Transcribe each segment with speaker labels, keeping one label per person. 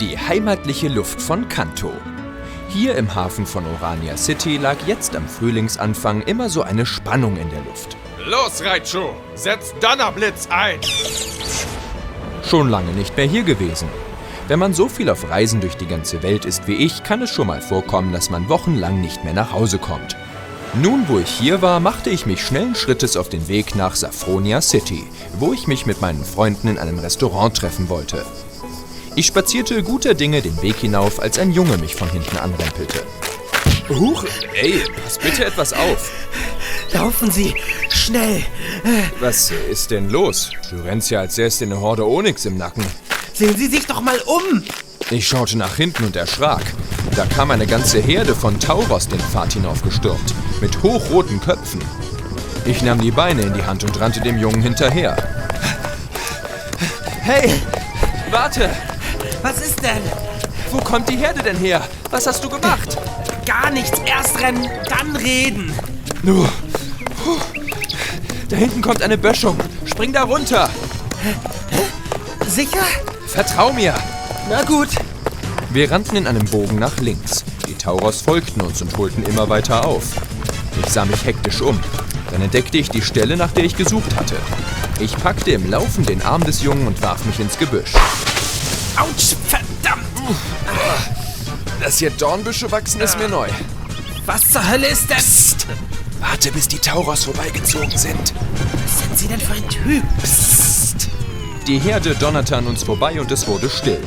Speaker 1: Die heimatliche Luft von Kanto. Hier im Hafen von Orania City lag jetzt am Frühlingsanfang immer so eine Spannung in der Luft.
Speaker 2: Los, Raichu! Setz Donnerblitz ein!
Speaker 1: Schon lange nicht mehr hier gewesen. Wenn man so viel auf Reisen durch die ganze Welt ist wie ich, kann es schon mal vorkommen, dass man wochenlang nicht mehr nach Hause kommt. Nun, wo ich hier war, machte ich mich schnellen Schrittes auf den Weg nach Safronia City, wo ich mich mit meinen Freunden in einem Restaurant treffen wollte. Ich spazierte guter Dinge den Weg hinauf, als ein Junge mich von hinten anrempelte.
Speaker 3: Huch,
Speaker 1: Ey, pass bitte etwas auf.
Speaker 3: laufen Sie schnell.
Speaker 1: Was ist denn los? Du rennst ja, als säßt dir eine Horde Onyx im Nacken.
Speaker 3: Sehen Sie sich doch mal um.
Speaker 1: Ich schaute nach hinten und erschrak. Da kam eine ganze Herde von Tauros den Pfad hinaufgestürmt, mit hochroten Köpfen. Ich nahm die Beine in die Hand und rannte dem Jungen hinterher. Hey, warte!
Speaker 3: Was ist denn?
Speaker 1: Wo kommt die Herde denn her? Was hast du gemacht?
Speaker 3: Gar nichts. Erst rennen, dann reden.
Speaker 1: Nu, puh. da hinten kommt eine Böschung. Spring da runter.
Speaker 3: Sicher?
Speaker 1: Vertrau mir.
Speaker 3: Na gut.
Speaker 1: Wir rannten in einem Bogen nach links. Die Tauros folgten uns und holten immer weiter auf. Ich sah mich hektisch um. Dann entdeckte ich die Stelle, nach der ich gesucht hatte. Ich packte im Laufen den Arm des Jungen und warf mich ins Gebüsch.
Speaker 3: Autsch, verdammt.
Speaker 1: Dass hier Dornbüsche wachsen, ist mir neu.
Speaker 3: Was zur Hölle ist das?
Speaker 1: Warte, bis die Tauros vorbeigezogen sind.
Speaker 3: Was sind Sie denn für ein Typ?
Speaker 1: Die Herde donnerte an uns vorbei und es wurde still.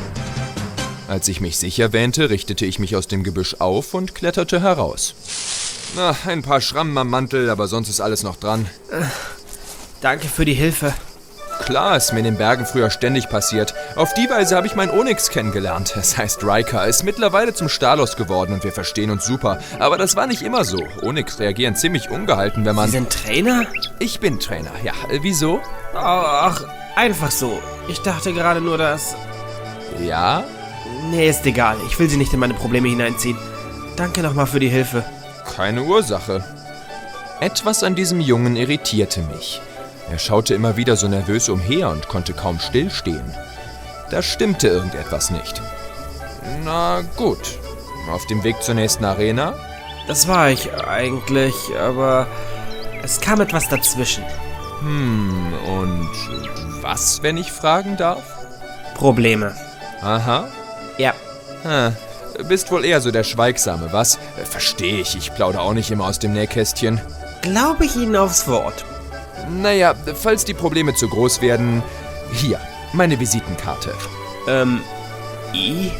Speaker 1: Als ich mich sicher wähnte, richtete ich mich aus dem Gebüsch auf und kletterte heraus. Na, ein paar Schrammen am Mantel, aber sonst ist alles noch dran.
Speaker 3: Danke für die Hilfe.
Speaker 1: Klar, ist mir in den Bergen früher ständig passiert. Auf die Weise habe ich meinen Onyx kennengelernt. Es heißt Riker, ist mittlerweile zum Stalos geworden und wir verstehen uns super. Aber das war nicht immer so. Onyx reagieren ziemlich ungehalten, wenn
Speaker 3: Sie
Speaker 1: man...
Speaker 3: sind Trainer?
Speaker 1: Ich bin Trainer, ja. Äh, Wieso?
Speaker 3: Ach, einfach so. Ich dachte gerade nur, dass...
Speaker 1: Ja?
Speaker 3: Nee, ist egal. Ich will Sie nicht in meine Probleme hineinziehen. Danke nochmal für die Hilfe.
Speaker 1: Keine Ursache. Etwas an diesem Jungen irritierte mich. Er schaute immer wieder so nervös umher und konnte kaum stillstehen. Da stimmte irgendetwas nicht. Na gut. Auf dem Weg zur nächsten Arena?
Speaker 3: Das war ich eigentlich, aber es kam etwas dazwischen.
Speaker 1: Und was, wenn ich fragen darf?
Speaker 3: Probleme.
Speaker 1: Aha.
Speaker 3: Ja.
Speaker 1: Hm. Bist wohl eher so der Schweigsame, was? Verstehe ich, ich plaudere auch nicht immer aus dem Nähkästchen.
Speaker 3: Glaube ich Ihnen aufs Wort.
Speaker 1: Naja, falls die Probleme zu groß werden, hier, meine Visitenkarte.
Speaker 3: Ähm, I?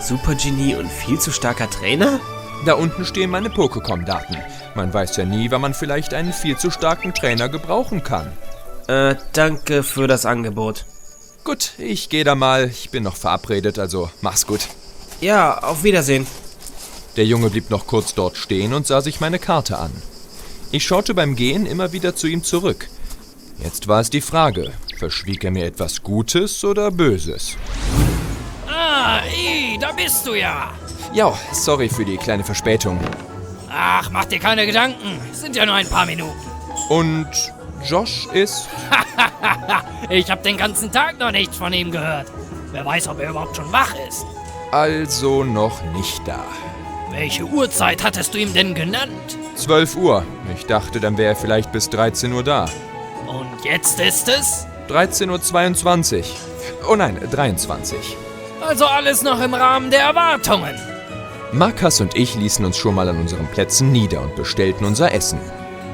Speaker 3: Supergenie und viel zu starker Trainer?
Speaker 1: Da unten stehen meine Pokécom-Daten. Man weiß ja nie, wann man vielleicht einen viel zu starken Trainer gebrauchen kann.
Speaker 3: Äh, danke für das Angebot.
Speaker 1: Gut, ich gehe da mal. Ich bin noch verabredet, also mach's gut.
Speaker 3: Ja, auf Wiedersehen.
Speaker 1: Der Junge blieb noch kurz dort stehen und sah sich meine Karte an. Ich schaute beim Gehen immer wieder zu ihm zurück. Jetzt war es die Frage, verschwieg er mir etwas Gutes oder Böses?
Speaker 4: Ah, I, da bist du ja.
Speaker 1: Ja, sorry für die kleine Verspätung.
Speaker 4: Ach, mach dir keine Gedanken. Es Sind ja nur ein paar Minuten.
Speaker 1: Und Josh ist...
Speaker 4: Ich hab den ganzen Tag noch nichts von ihm gehört. Wer weiß, ob er überhaupt schon wach ist.
Speaker 1: also noch nicht da.
Speaker 4: Welche Uhrzeit hattest du ihm denn genannt?
Speaker 1: 12 Uhr. Ich dachte, dann wäre er vielleicht bis 13 Uhr da.
Speaker 4: Und jetzt ist es?
Speaker 1: 13.22 Uhr. Oh nein, 23.
Speaker 4: Also alles noch im Rahmen der Erwartungen.
Speaker 1: Markus und ich ließen uns schon mal an unseren Plätzen nieder und bestellten unser Essen.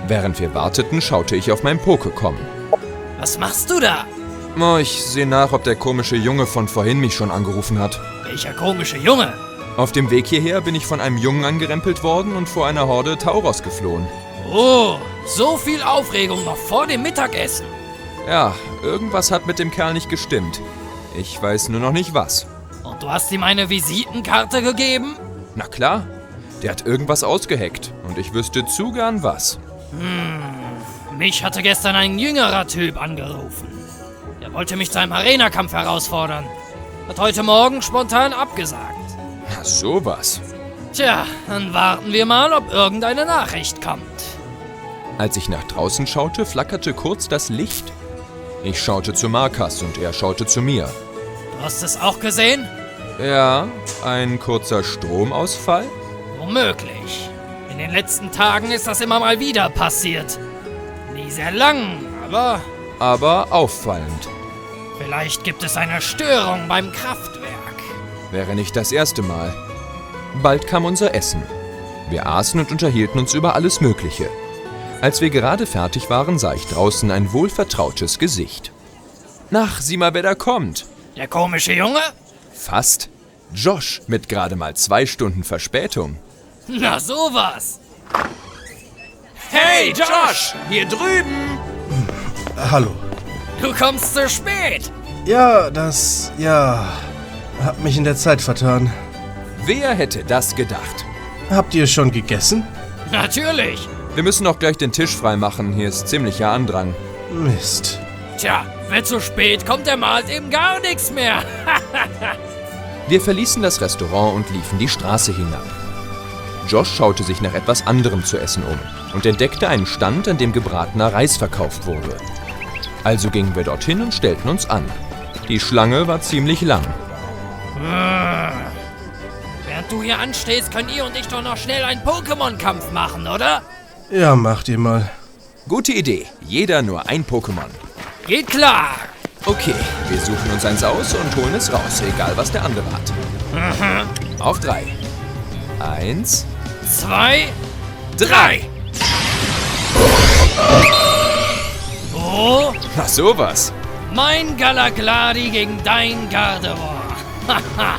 Speaker 1: Während wir warteten, schaute ich auf mein Pokécom.
Speaker 4: Was machst du da?
Speaker 1: Oh, ich sehe nach, ob der komische Junge von vorhin mich schon angerufen hat.
Speaker 4: Welcher komische Junge.
Speaker 1: Auf dem Weg hierher bin ich von einem Jungen angerempelt worden und vor einer Horde Tauros geflohen.
Speaker 4: Oh, so viel Aufregung noch vor dem Mittagessen.
Speaker 1: Ja, irgendwas hat mit dem Kerl nicht gestimmt. Ich weiß nur noch nicht was.
Speaker 4: Und du hast ihm eine Visitenkarte gegeben?
Speaker 1: Na klar, der hat irgendwas ausgeheckt und ich wüsste zu gern was.
Speaker 4: Mich hatte gestern ein jüngerer Typ angerufen. Er wollte mich zu einem Arenakampf herausfordern. Hat heute Morgen spontan abgesagt.
Speaker 1: Na sowas.
Speaker 4: Tja, dann warten wir mal, ob irgendeine Nachricht kommt.
Speaker 1: Als ich nach draußen schaute, flackerte kurz das Licht. Ich schaute zu Markas und er schaute zu mir.
Speaker 4: Du hast es auch gesehen?
Speaker 1: Ja, ein kurzer Stromausfall?
Speaker 4: Womöglich. In den letzten Tagen ist das immer mal wieder passiert. Nie sehr lang, aber
Speaker 1: Aber auffallend.
Speaker 4: vielleicht gibt es eine Störung beim Kraftwerk.
Speaker 1: Wäre nicht das erste Mal. Bald kam unser Essen. Wir aßen und unterhielten uns über alles Mögliche. Als wir gerade fertig waren, sah ich draußen ein wohlvertrautes Gesicht. Nach, sieh mal, wer da kommt.
Speaker 4: Der komische Junge?
Speaker 1: Fast. Josh mit gerade mal zwei Stunden Verspätung.
Speaker 4: Na sowas. Hey, Josh!
Speaker 1: Hier drüben!
Speaker 5: Hallo.
Speaker 4: Du kommst zu spät!
Speaker 5: Ja, das. Ja. Hab mich in der Zeit vertan.
Speaker 1: Wer hätte das gedacht?
Speaker 5: Habt ihr schon gegessen?
Speaker 4: Natürlich!
Speaker 1: Wir müssen auch gleich den Tisch freimachen, hier ist ziemlicher Andrang.
Speaker 5: Mist.
Speaker 4: Tja, wer zu spät kommt, der malt eben gar nichts mehr.
Speaker 1: Wir verließen das Restaurant und liefen die Straße hinab. Josh schaute sich nach etwas anderem zu essen um und entdeckte einen Stand, an dem gebratener Reis verkauft wurde. Also gingen wir dorthin und stellten uns an. Die Schlange war ziemlich lang.
Speaker 4: Während du hier anstehst, können ihr und ich doch noch schnell einen Pokémon-Kampf machen, oder?
Speaker 5: Ja, macht ihr mal.
Speaker 1: Gute Idee, jeder nur ein Pokémon.
Speaker 4: Geht klar!
Speaker 1: Okay, wir suchen uns eins aus und holen es raus, egal was der andere hat. Auf drei. Eins,
Speaker 4: Zwei,
Speaker 1: drei!
Speaker 4: oh,
Speaker 1: Na sowas.
Speaker 4: mein Galagladi gegen dein Gardevoir. Haha,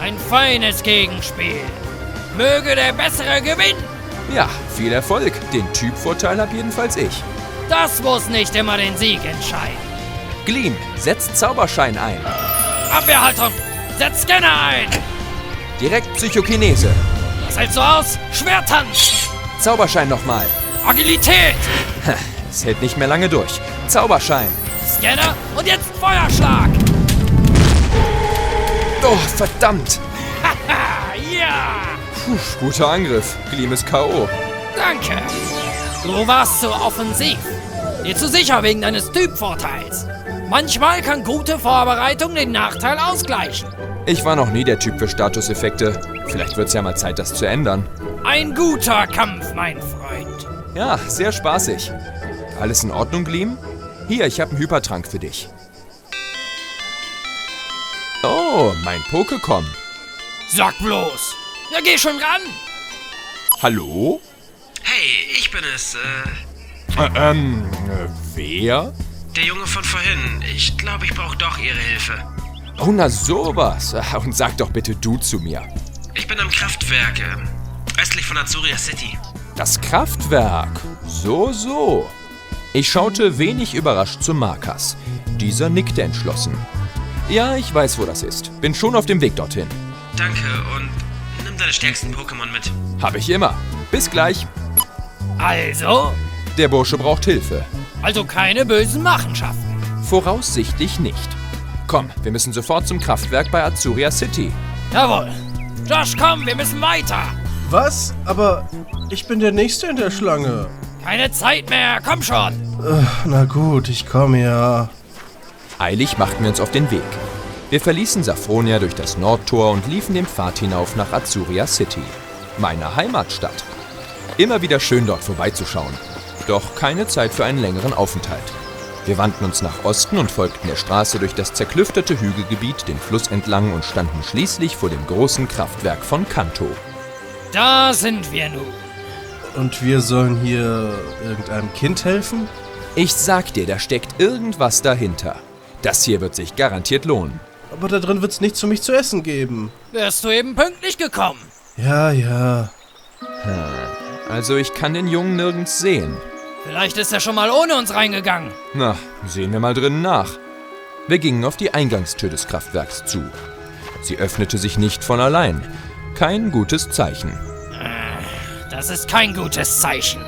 Speaker 4: ein feines Gegenspiel. Möge der Bessere gewinnen!
Speaker 1: Ja, viel Erfolg. Den Typvorteil habe jedenfalls ich.
Speaker 4: Das muss nicht immer den Sieg entscheiden.
Speaker 1: Gleam, setzt Zauberschein ein.
Speaker 4: Abwehrhaltung! Setz Scanner ein!
Speaker 1: Direkt Psychokinese.
Speaker 4: Das hält so aus? Schwertanz!
Speaker 1: Zauberschein nochmal.
Speaker 4: Agilität!
Speaker 1: Es hält nicht mehr lange durch. Zauberschein.
Speaker 4: Scanner und jetzt Feuerschlag!
Speaker 1: Oh, verdammt.
Speaker 4: Ah, ja!
Speaker 1: Puh, guter Angriff. Gleam ist K.O.
Speaker 4: Danke! Du warst zu offensiv. Dir zu sicher wegen deines Typvorteils. Manchmal kann gute Vorbereitung den Nachteil ausgleichen.
Speaker 1: Ich war noch nie der Typ für Statuseffekte. Vielleicht wird's ja mal Zeit, das zu ändern.
Speaker 4: Ein guter Kampf, mein Freund.
Speaker 1: Ja, sehr spaßig. Alles in Ordnung, Gleam? Hier, ich habe einen Hypertrank für dich. Oh, mein Pokécom.
Speaker 4: Sag bloß. Ja, geh schon ran.
Speaker 1: Hallo?
Speaker 6: Hey, ich bin es, äh,
Speaker 1: Ähm, äh, wer?
Speaker 6: der Junge von vorhin. Ich glaube, ich brauche doch Ihre Hilfe.
Speaker 1: Oh, na sowas. Ah, Und sag doch bitte du zu mir.
Speaker 6: Ich bin am Kraftwerk, ähm, östlich von Azuria City.
Speaker 1: Das Kraftwerk. So, so. Ich schaute wenig überrascht zu Markas. Dieser nickte entschlossen. Ja, ich weiß, wo das ist. Bin schon auf dem Weg dorthin.
Speaker 6: Danke und nimm deine stärksten Pokémon mit.
Speaker 1: Habe ich immer. Bis gleich.
Speaker 4: Also?
Speaker 1: Der Bursche braucht Hilfe.
Speaker 4: Also keine bösen Machenschaften.
Speaker 1: Voraussichtlich nicht. Komm, wir müssen sofort zum Kraftwerk bei Azuria City.
Speaker 4: Jawohl. Josh, komm, wir müssen weiter.
Speaker 5: Was? Aber ich bin der Nächste in der Schlange.
Speaker 4: Keine Zeit mehr, komm schon.
Speaker 5: Na gut, ich komme ja.
Speaker 1: Eilig machten wir uns auf den Weg. Wir verließen Safronia durch das Nordtor und liefen den Pfad hinauf nach Azuria City, meiner Heimatstadt. Immer wieder schön dort vorbeizuschauen, doch keine Zeit für einen längeren Aufenthalt. Wir wandten uns nach Osten und folgten der Straße durch das zerklüftete Hügelgebiet den Fluss entlang und standen schließlich vor dem großen Kraftwerk von Kanto.
Speaker 4: Da sind wir nun.
Speaker 5: Und wir sollen hier irgendeinem Kind helfen?
Speaker 1: Ich sag dir, da steckt irgendwas dahinter. Das hier wird sich garantiert lohnen.
Speaker 5: Aber da drin wird's nichts für mich zu essen geben.
Speaker 4: Wärst du eben pünktlich gekommen.
Speaker 5: Ja, ja.
Speaker 1: Also ich kann den Jungen nirgends sehen.
Speaker 4: Vielleicht ist er schon mal ohne uns reingegangen.
Speaker 1: Na, sehen wir mal drinnen nach. Wir gingen auf die Eingangstür des Kraftwerks zu. Sie öffnete sich nicht von allein. Kein gutes Zeichen.
Speaker 4: Das ist kein gutes Zeichen.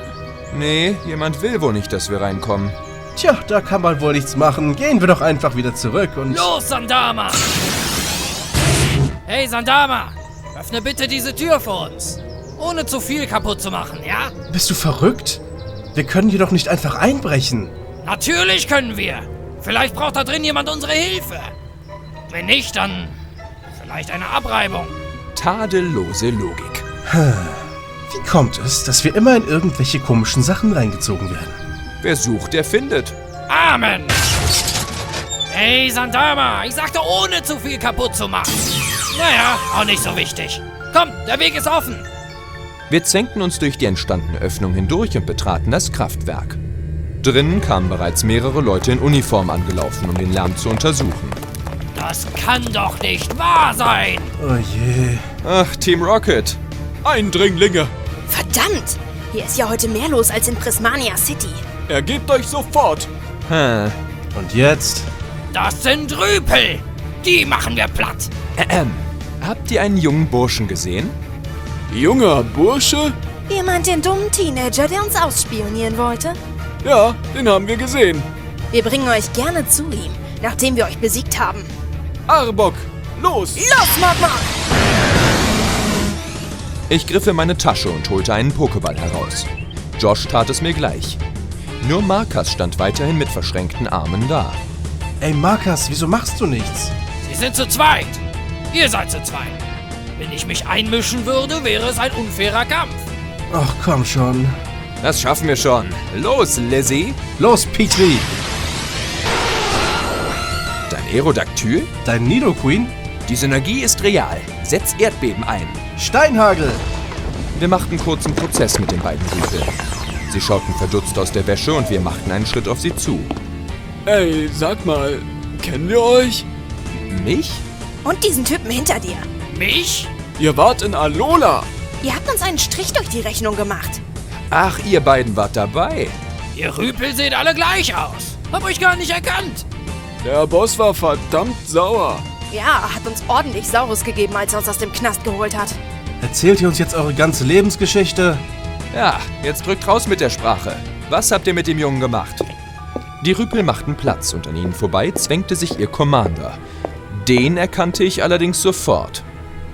Speaker 1: Nee, jemand will wohl nicht, dass wir reinkommen.
Speaker 5: Tja, da kann man wohl nichts machen. Gehen wir doch einfach wieder zurück und.
Speaker 4: Los, Sandama! Hey, Sandama! Öffne bitte diese Tür für uns. Ohne zu viel kaputt zu machen, ja?
Speaker 5: Bist du verrückt? Wir können hier doch nicht einfach einbrechen.
Speaker 4: Natürlich können wir. Vielleicht braucht da drin jemand unsere Hilfe. Wenn nicht, dann vielleicht eine Abreibung.
Speaker 1: Tadellose Logik.
Speaker 5: Wie kommt es, dass wir immer in irgendwelche komischen Sachen reingezogen werden?
Speaker 1: Wer sucht, der findet.
Speaker 4: Amen! Hey, Sandama, ich sagte, ohne zu viel kaputt zu machen. Naja, auch nicht so wichtig. Komm, der Weg ist offen.
Speaker 1: Wir zwängten uns durch die entstandene Öffnung hindurch und betraten das Kraftwerk. Drinnen kamen bereits mehrere Leute in Uniform angelaufen, um den Lärm zu untersuchen.
Speaker 4: Das kann doch nicht wahr sein.
Speaker 5: Oh je.
Speaker 1: Ach, Team Rocket. Eindringlinge,
Speaker 7: Verdammt! Hier ist ja heute mehr los als in Prismania City.
Speaker 1: ergebt euch sofort. Hm,
Speaker 5: Und jetzt?
Speaker 4: Das sind Rüpel. Die machen wir platt.
Speaker 1: ähm. Habt ihr einen jungen Burschen gesehen?
Speaker 2: Junger Bursche?
Speaker 7: Ihr meint den dummen Teenager, der uns ausspionieren wollte?
Speaker 2: Ja, den haben wir gesehen.
Speaker 7: Wir bringen euch gerne zu ihm, nachdem wir euch besiegt haben.
Speaker 2: Arbok, los!
Speaker 7: Los, Mordmord!
Speaker 1: Ich griff in meine Tasche und holte einen Pokéball heraus. Josh tat es mir gleich. Nur Markas stand weiterhin mit verschränkten Armen da.
Speaker 5: Ey, Markus, wieso machst du nichts?
Speaker 4: Sie sind zu zweit. Ihr seid zu zweit. Wenn ich mich einmischen würde, wäre es ein unfairer Kampf.
Speaker 5: Ach, komm schon.
Speaker 1: Das schaffen wir schon. Los, Lizzie.
Speaker 5: Los, Petri!
Speaker 1: Dein Aerodactyl?
Speaker 5: Dein Nido Queen?
Speaker 1: Die Synergie ist real. Setz Erdbeben ein.
Speaker 5: Steinhagel!
Speaker 1: Wir machten kurzen Prozess mit den beiden Rüpeln. Sie schauten verdutzt aus der Wäsche und wir machten einen Schritt auf sie zu.
Speaker 2: Ey, sag mal, kennen wir euch?
Speaker 1: Mich?
Speaker 7: Und diesen Typen hinter dir.
Speaker 4: Mich?
Speaker 2: Ihr wart in Alola.
Speaker 7: Ihr habt uns einen Strich durch die Rechnung gemacht.
Speaker 1: Ach, ihr beiden wart dabei.
Speaker 4: Ihr Rüpel seht alle gleich aus. Hab euch gar nicht erkannt.
Speaker 2: Der Boss war verdammt sauer.
Speaker 7: Ja, hat uns ordentlich Saurus gegeben, als er uns aus dem Knast geholt hat.
Speaker 5: Erzählt ihr uns jetzt eure ganze Lebensgeschichte?
Speaker 1: Ja, jetzt drückt raus mit der Sprache. Was habt ihr mit dem Jungen gemacht? Die Rüpel machten Platz und an ihnen vorbei zwängte sich ihr Commander. Den erkannte ich allerdings sofort.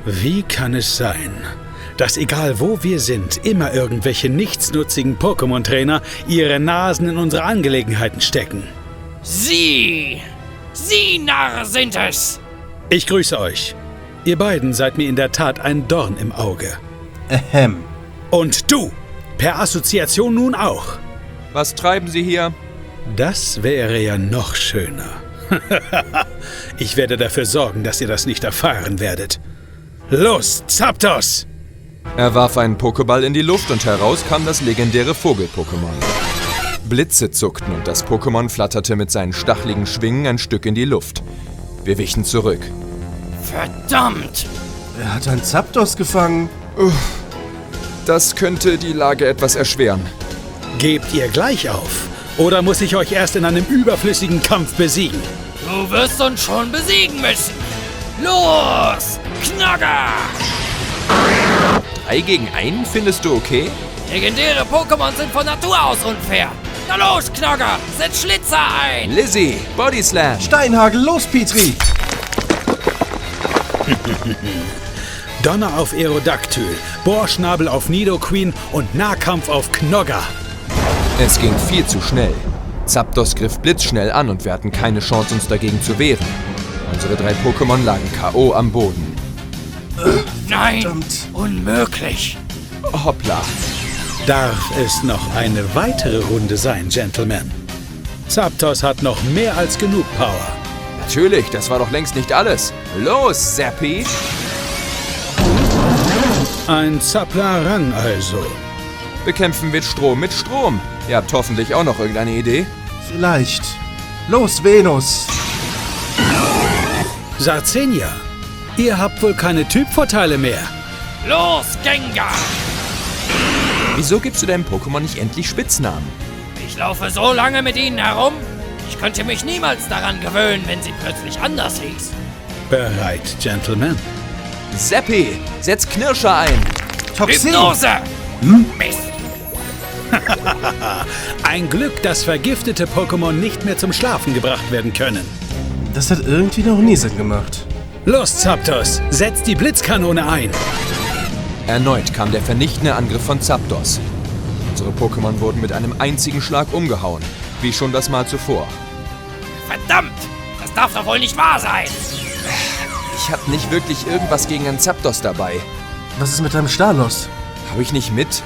Speaker 8: Wie kann es sein, dass egal wo wir sind, immer irgendwelche nichtsnutzigen Pokémon-Trainer ihre Nasen in unsere Angelegenheiten stecken?
Speaker 4: Sie. Sie Narre sind es.
Speaker 8: Ich grüße euch. Ihr beiden seid mir in der Tat ein Dorn im Auge.
Speaker 5: Ahem.
Speaker 8: Und du, per Assoziation nun auch.
Speaker 1: Was treiben Sie hier?
Speaker 8: Das wäre ja noch schöner. ich werde dafür sorgen, dass ihr das nicht erfahren werdet. Los, Zapdos!
Speaker 1: Er warf einen Pokéball in die Luft und heraus kam das legendäre Vogel-Pokémon. Blitze zuckten und das Pokémon flatterte mit seinen stacheligen Schwingen ein Stück in die Luft. Wir wichen zurück.
Speaker 4: Verdammt.
Speaker 5: Er hat einen Zapdos gefangen.
Speaker 1: Das könnte die Lage etwas erschweren.
Speaker 8: Gebt ihr gleich auf? Oder muss ich euch erst in einem überflüssigen Kampf besiegen?
Speaker 4: Du wirst uns schon besiegen müssen. Los. Knagger.
Speaker 1: Drei gegen einen findest du okay?
Speaker 4: Legendäre Pokémon sind von Natur aus unfair. Na los, Knogger, setz Schlitzer ein!
Speaker 1: Lizzie, Body Slam.
Speaker 5: Steinhagel, los, Petri!
Speaker 8: Donner auf Aerodactyl, Bohrschnabel auf Nidoqueen und Nahkampf auf Knogger.
Speaker 1: Es ging viel zu schnell. Zapdos griff blitzschnell an und wir hatten keine Chance, uns dagegen zu wehren. Unsere drei Pokémon lagen K.O. am Boden.
Speaker 4: Nein,
Speaker 5: Verdammt.
Speaker 4: unmöglich.
Speaker 1: Hoppla.
Speaker 8: Darf es noch eine weitere Runde sein, Gentlemen? Zapdos hat noch mehr als genug Power.
Speaker 1: Natürlich, das war doch längst nicht alles. Los, Seppi.
Speaker 8: Ein Zaplarang also.
Speaker 1: Bekämpfen wir Strom mit Strom. Ihr habt hoffentlich auch noch irgendeine Idee.
Speaker 5: Vielleicht. Los, Venus!
Speaker 8: Sarzenia, ihr habt wohl keine Typvorteile mehr.
Speaker 4: Los, Gengar!
Speaker 1: Wieso gibst du deinem Pokémon nicht endlich Spitznamen?
Speaker 4: Ich laufe so lange mit ihnen herum, ich könnte mich niemals daran gewöhnen, wenn sie plötzlich anders hieß.
Speaker 8: Bereit, Gentlemen.
Speaker 1: Seppi, setz Knirscher ein.
Speaker 5: Toxin!
Speaker 4: Hypnose! Mist!
Speaker 8: Ein Glück, dass vergiftete Pokémon nicht mehr zum Schlafen gebracht werden können.
Speaker 5: Das hat irgendwie noch nie Sinn gemacht.
Speaker 8: Los, Zapdos, setzt die Blitzkanone ein.
Speaker 1: Erneut kam der vernichtende Angriff von Zapdos. Unsere Pokémon wurden mit einem einzigen Schlag umgehauen, wie schon das Mal zuvor.
Speaker 4: Verdammt! Das darf doch wohl nicht wahr sein!
Speaker 1: Ich hab nicht wirklich irgendwas gegen einen Zapdos dabei.
Speaker 5: Was ist mit deinem Star los?
Speaker 1: Habe ich nicht mit?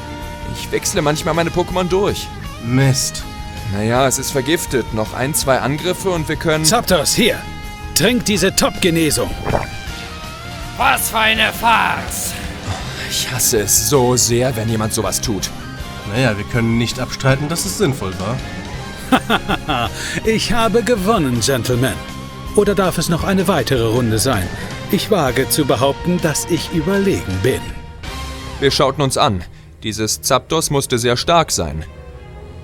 Speaker 1: Ich wechsle manchmal meine Pokémon durch.
Speaker 5: Mist.
Speaker 1: Naja, es ist vergiftet. Noch ein, zwei Angriffe und wir können...
Speaker 8: Zapdos, hier! Trink diese Top-Genesung!
Speaker 4: Was für eine Farce!
Speaker 1: Ich hasse es so sehr, wenn jemand sowas tut.
Speaker 5: Naja, wir können nicht abstreiten, dass es sinnvoll war.
Speaker 8: Ich habe gewonnen, Gentlemen. Oder darf es noch eine weitere Runde sein? Ich wage zu behaupten, dass ich überlegen bin.
Speaker 1: Wir schauten uns an. Dieses Zapdos musste sehr stark sein.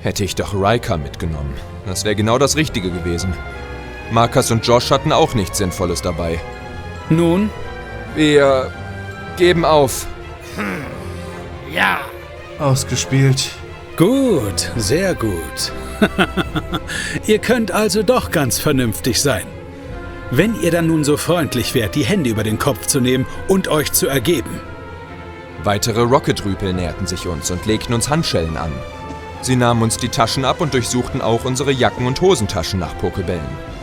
Speaker 1: Hätte ich doch Rika mitgenommen. Das wäre genau das Richtige gewesen. Marcus und Josh hatten auch nichts Sinnvolles dabei.
Speaker 8: Nun,
Speaker 1: Wir geben auf.
Speaker 4: Ja,
Speaker 5: Ausgespielt.
Speaker 8: gut, sehr gut. ihr könnt also doch ganz vernünftig sein. Wenn ihr dann nun so freundlich wärt, die Hände über den Kopf zu nehmen und euch zu ergeben.
Speaker 1: Weitere Rocketrüpel näherten sich uns und legten uns Handschellen an. Sie nahmen uns die Taschen ab und durchsuchten auch unsere Jacken und Hosentaschen nach Pokebällen.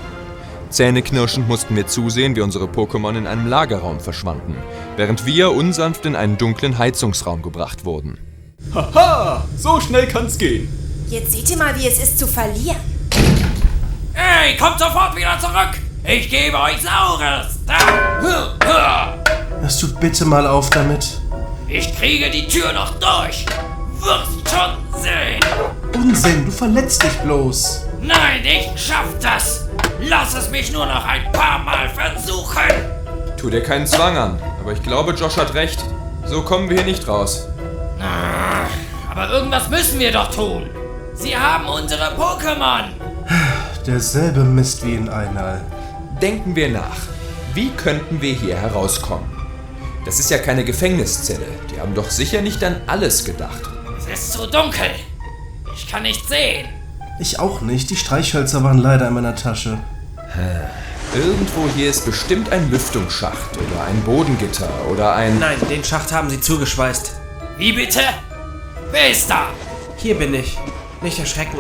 Speaker 1: Zähneknirschend mussten wir zusehen, wie unsere Pokémon in einem Lagerraum verschwanden, während wir unsanft in einen dunklen Heizungsraum gebracht wurden.
Speaker 2: Haha, so schnell kann's gehen.
Speaker 7: Jetzt seht ihr mal, wie es ist zu verlieren.
Speaker 4: Ey, kommt sofort wieder zurück! Ich gebe euch Saures! Da.
Speaker 5: Hörst du bitte mal auf damit?
Speaker 4: Ich kriege die Tür noch durch! Wirst schon sehen!
Speaker 5: Unsinn, du verletzt dich bloß.
Speaker 4: Nein, ich schaff das! Lass es mich nur noch ein paar Mal versuchen!
Speaker 1: Tu dir keinen Zwang an, aber ich glaube, Josh hat recht. So kommen wir hier nicht raus.
Speaker 4: Aber irgendwas müssen wir doch tun! Sie haben unsere Pokémon!
Speaker 5: Derselbe Mist wie in Einal.
Speaker 1: Denken wir nach. Wie könnten wir hier herauskommen? Das ist ja keine Gefängniszelle. Die haben doch sicher nicht an alles gedacht.
Speaker 4: Es ist zu dunkel! Ich kann nicht sehen!
Speaker 5: Ich auch nicht. Die Streichhölzer waren leider in meiner Tasche.
Speaker 1: Irgendwo hier ist bestimmt ein Lüftungsschacht oder ein Bodengitter oder ein...
Speaker 3: Nein, den Schacht haben sie zugeschweißt.
Speaker 4: Wie bitte? Wer ist da?
Speaker 3: Hier bin ich. Nicht erschrecken.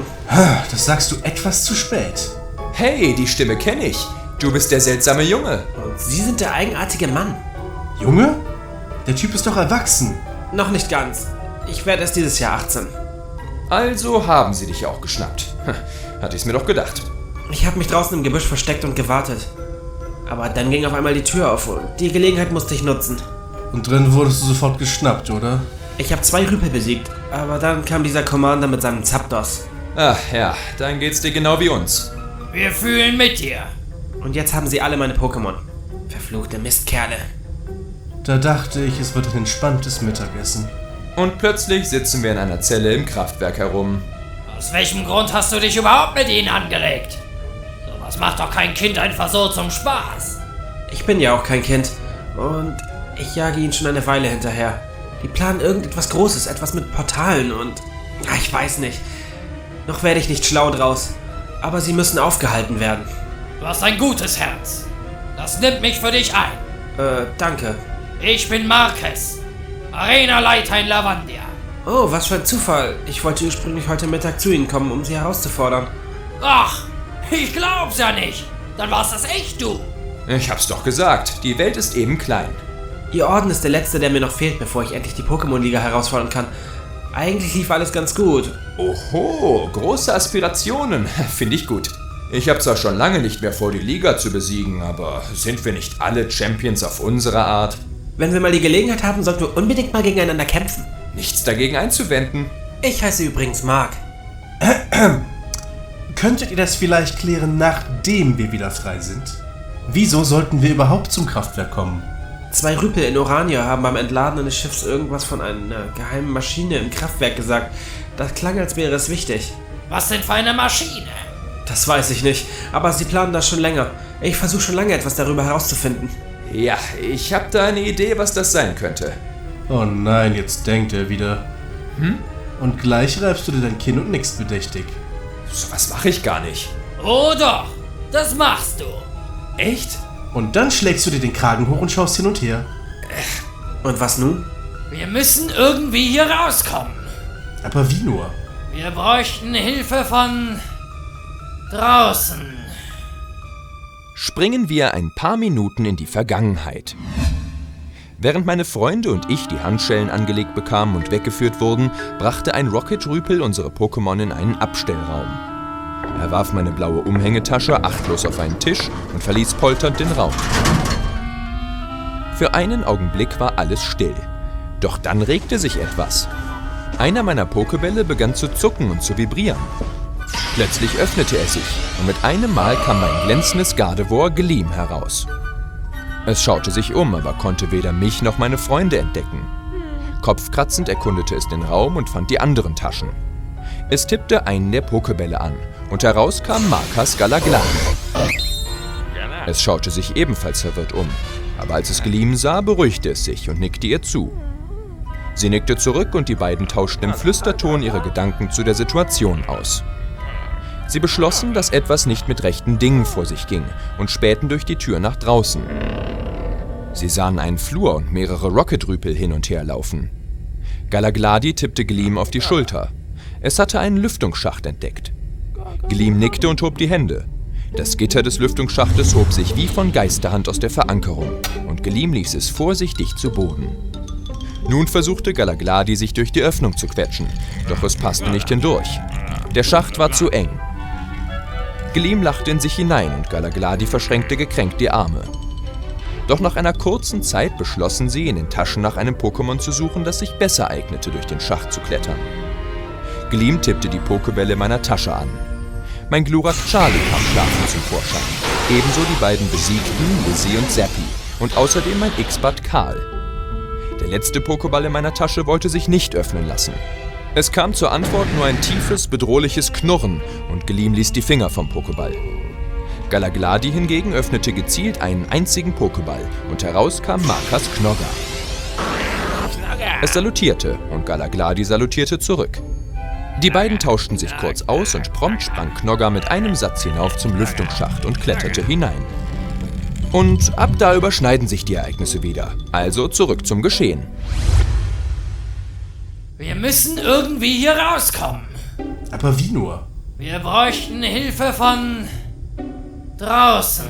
Speaker 5: Das sagst du etwas zu spät.
Speaker 1: Hey, die Stimme kenne ich. Du bist der seltsame Junge.
Speaker 3: Sie sind der eigenartige Mann.
Speaker 5: Junge? Der Typ ist doch erwachsen.
Speaker 3: Noch nicht ganz. Ich werde erst dieses Jahr 18.
Speaker 1: Also haben sie dich auch geschnappt. Hm, Hatte ich's mir doch gedacht.
Speaker 3: Ich habe mich draußen im Gebüsch versteckt und gewartet. Aber dann ging auf einmal die Tür auf und die Gelegenheit musste ich nutzen.
Speaker 5: Und drin wurdest du sofort geschnappt, oder?
Speaker 3: Ich habe zwei Rüpel besiegt, aber dann kam dieser Commander mit seinem Zapdos.
Speaker 1: Ach ja, dann geht's dir genau wie uns.
Speaker 4: Wir fühlen mit dir!
Speaker 3: Und jetzt haben sie alle meine Pokémon. Verfluchte Mistkerle.
Speaker 5: Da dachte ich, es wird ein entspanntes Mittagessen.
Speaker 1: Und plötzlich sitzen wir in einer Zelle im Kraftwerk herum.
Speaker 4: Aus welchem Grund hast du dich überhaupt mit ihnen angelegt? Sowas macht doch kein Kind einfach so zum Spaß.
Speaker 3: Ich bin ja auch kein Kind. Und ich jage ihnen schon eine Weile hinterher. Die planen irgendetwas Großes, etwas mit Portalen und. Ah, ich weiß nicht. Noch werde ich nicht schlau draus. Aber sie müssen aufgehalten werden.
Speaker 4: Du hast ein gutes Herz. Das nimmt mich für dich ein.
Speaker 3: Äh, danke.
Speaker 4: Ich bin Marques, Arenaleiter in Lavandia.
Speaker 3: Oh, was für ein Zufall. Ich wollte ursprünglich heute Mittag zu ihnen kommen, um sie herauszufordern.
Speaker 4: Ach, ich glaub's ja nicht. Dann warst das echt du.
Speaker 1: Ich hab's doch gesagt, die Welt ist eben klein.
Speaker 3: Ihr Orden ist der letzte, der mir noch fehlt, bevor ich endlich die Pokémon-Liga herausfordern kann. Eigentlich lief alles ganz gut.
Speaker 1: Oho, große Aspirationen. Finde ich gut. Ich habe zwar schon lange nicht mehr vor, die Liga zu besiegen, aber sind wir nicht alle Champions auf unsere Art?
Speaker 3: Wenn wir mal die Gelegenheit haben, sollten wir unbedingt mal gegeneinander kämpfen.
Speaker 1: Nichts dagegen einzuwenden.
Speaker 3: Ich heiße übrigens Mark.
Speaker 5: Könntet ihr das vielleicht klären, nachdem wir wieder frei sind? Wieso sollten wir überhaupt zum Kraftwerk kommen?
Speaker 3: Zwei Rüpel in Orania haben beim Entladen eines Schiffs irgendwas von einer geheimen Maschine im Kraftwerk gesagt. Das klang, als wäre es wichtig.
Speaker 4: Was denn für eine Maschine?
Speaker 3: Das weiß ich nicht, aber sie planen das schon länger. Ich versuche schon lange etwas darüber herauszufinden.
Speaker 1: Ja, ich habe da eine Idee, was das sein könnte.
Speaker 5: Oh nein, jetzt denkt er wieder. Hm? Und gleich reibst du dir dein Kinn und nickst bedächtig.
Speaker 1: So was mache ich gar nicht.
Speaker 4: Oh doch, das machst du.
Speaker 1: Echt?
Speaker 5: Und dann schlägst du dir den Kragen hoch und schaust hin und her.
Speaker 3: Und was nun?
Speaker 4: Wir müssen irgendwie hier rauskommen.
Speaker 5: Aber wie nur?
Speaker 4: Wir bräuchten Hilfe von draußen.
Speaker 1: springen wir ein paar Minuten in die Vergangenheit. Während meine Freunde und ich die Handschellen angelegt bekamen und weggeführt wurden, brachte ein Rocket-Rüpel unsere Pokémon in einen Abstellraum. Er warf meine blaue Umhängetasche achtlos auf einen Tisch und verließ polternd den Raum. Für einen Augenblick war alles still. Doch dann regte sich etwas. Einer meiner Pokebälle begann zu zucken und zu vibrieren. Plötzlich öffnete er sich und mit einem Mal kam mein glänzendes Gardevoir Gleam heraus. Es schaute sich um, aber konnte weder mich noch meine Freunde entdecken. Kopfkratzend erkundete es den Raum und fand die anderen Taschen. Es tippte einen der Pokebälle an und heraus kam Markas Galaglan. Es schaute sich ebenfalls verwirrt um, aber als es Gleam sah, beruhigte es sich und nickte ihr zu. Sie nickte zurück und die beiden tauschten im Flüsterton ihre Gedanken zu der Situation aus. Sie beschlossen, dass etwas nicht mit rechten Dingen vor sich ging und spähten durch die Tür nach draußen. Sie sahen einen Flur und mehrere Rocketrüpel hin und her laufen. Galagladi tippte Gleam auf die Schulter. Es hatte einen Lüftungsschacht entdeckt. Gleam nickte und hob die Hände. Das Gitter des Lüftungsschachtes hob sich wie von Geisterhand aus der Verankerung und Gleam ließ es vorsichtig zu Boden. Nun versuchte Galagladi, sich durch die Öffnung zu quetschen, doch es passte nicht hindurch. Der Schacht war zu eng. Gleam lachte in sich hinein und Galagladi verschränkte gekränkt die Arme. Doch nach einer kurzen Zeit beschlossen sie, in den Taschen nach einem Pokémon zu suchen, das sich besser eignete, durch den Schacht zu klettern. Gleam tippte die Pokebälle meiner Tasche an. Mein Glurak Charlie kam schlafend zum Vorschein. Ebenso die beiden besiegten Lizzie und Zappi und außerdem mein X-Bad Karl. Der letzte Pokéball in meiner Tasche wollte sich nicht öffnen lassen. Es kam zur Antwort nur ein tiefes, bedrohliches Knurren und Gleam ließ die Finger vom Pokéball. Galagladi hingegen öffnete gezielt einen einzigen Pokéball und heraus kam Markas Knogger. Es salutierte und Galagladi salutierte zurück. Die beiden tauschten sich kurz aus und prompt sprang Knogger mit einem Satz hinauf zum Lüftungsschacht und kletterte hinein. Und ab da überschneiden sich die Ereignisse wieder. Also zurück zum Geschehen.
Speaker 4: Wir müssen irgendwie hier rauskommen.
Speaker 5: Aber wie nur?
Speaker 4: Wir bräuchten Hilfe von draußen.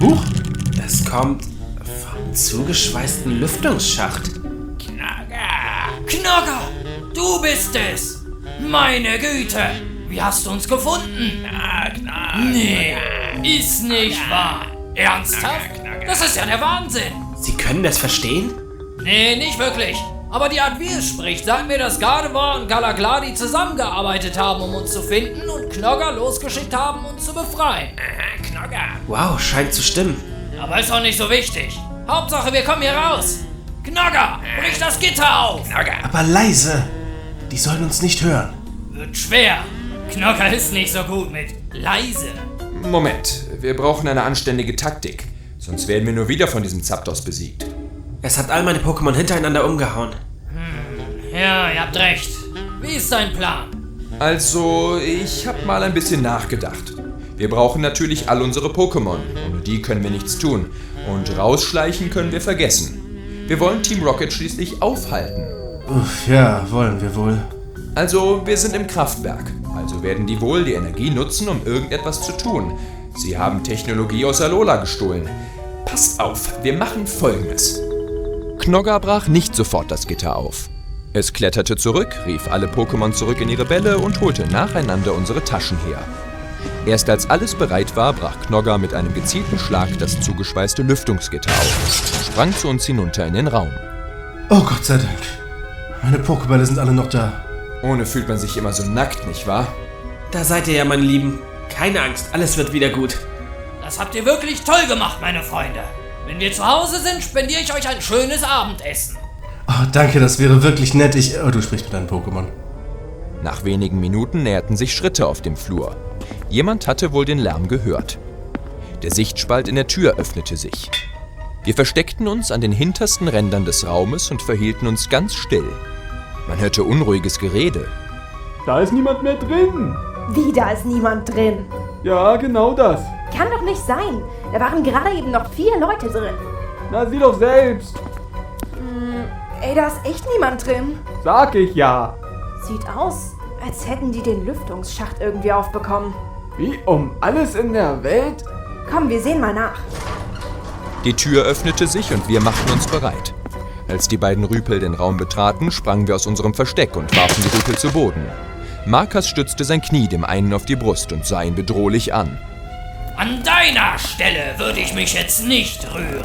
Speaker 5: Huch,
Speaker 3: Das kommt vom zugeschweißten Lüftungsschacht.
Speaker 4: Knogger, du bist es! Meine Güte, wie hast du uns gefunden? Nee, ist nicht wahr. Ernsthaft? Das ist ja der Wahnsinn.
Speaker 3: Sie können das verstehen?
Speaker 4: Nee, nicht wirklich. Aber die Art, wie es spricht, sagen wir, dass Gardevoir und Galagladi zusammengearbeitet haben, um uns zu finden und Knogger losgeschickt haben, uns zu befreien.
Speaker 3: Wow, scheint zu stimmen.
Speaker 4: Aber ist doch nicht so wichtig. Hauptsache, wir kommen hier raus. Knogger, brich das Gitter auf!
Speaker 5: aber leise. Die sollen uns nicht hören.
Speaker 4: Wird schwer. Knogger ist nicht so gut mit leise.
Speaker 1: Moment, wir brauchen eine anständige Taktik. Sonst werden wir nur wieder von diesem Zapdos besiegt.
Speaker 3: Es hat all meine Pokémon hintereinander umgehauen.
Speaker 4: Ja, ihr habt recht. Wie ist dein Plan?
Speaker 1: Also, ich habe mal ein bisschen nachgedacht. Wir brauchen natürlich all unsere Pokémon. Ohne die können wir nichts tun. Und rausschleichen können wir vergessen. Wir wollen Team Rocket schließlich aufhalten.
Speaker 5: Uff, ja, wollen wir wohl.
Speaker 1: Also, wir sind im Kraftwerk. Also werden die wohl die Energie nutzen, um irgendetwas zu tun. Sie haben Technologie aus Alola gestohlen. Passt auf, wir machen Folgendes. Knogger brach nicht sofort das Gitter auf. Es kletterte zurück, rief alle Pokémon zurück in ihre Bälle und holte nacheinander unsere Taschen her. Erst als alles bereit war, brach Knogger mit einem gezielten Schlag das zugeschweißte Lüftungsgitter auf und sprang zu uns hinunter in den Raum.
Speaker 5: Oh Gott sei Dank. Meine Pokébälle sind alle noch da.
Speaker 1: Ohne fühlt man sich immer so nackt, nicht wahr?
Speaker 3: Da seid ihr ja, meine Lieben. Keine Angst, alles wird wieder gut.
Speaker 4: Das habt ihr wirklich toll gemacht, meine Freunde. Wenn wir zu Hause sind, spendiere ich euch ein schönes Abendessen.
Speaker 5: Oh, danke, das wäre wirklich nett. Ich. Oh, du sprichst mit deinem Pokémon.
Speaker 1: Nach wenigen Minuten näherten sich Schritte auf dem Flur. Jemand hatte wohl den Lärm gehört. Der Sichtspalt in der Tür öffnete sich. Wir versteckten uns an den hintersten Rändern des Raumes und verhielten uns ganz still. Man hörte unruhiges Gerede.
Speaker 2: Da ist niemand mehr drin.
Speaker 9: Wie, da ist niemand drin.
Speaker 2: Ja, genau das.
Speaker 9: Kann doch nicht sein. Da waren gerade eben noch vier Leute drin.
Speaker 2: Na, sieh doch selbst.
Speaker 9: Ey, da ist echt niemand drin.
Speaker 2: Sag ich ja.
Speaker 9: Sieht aus, als hätten die den Lüftungsschacht irgendwie aufbekommen.
Speaker 2: Wie um alles in der Welt?
Speaker 9: Komm, wir sehen mal nach.
Speaker 1: Die Tür öffnete sich und wir machten uns bereit. Als die beiden Rüpel den Raum betraten, sprangen wir aus unserem Versteck und warfen die Rüpel zu Boden. Markus stützte sein Knie dem einen auf die Brust und sah ihn bedrohlich an.
Speaker 4: An deiner Stelle würde ich mich jetzt nicht rühren.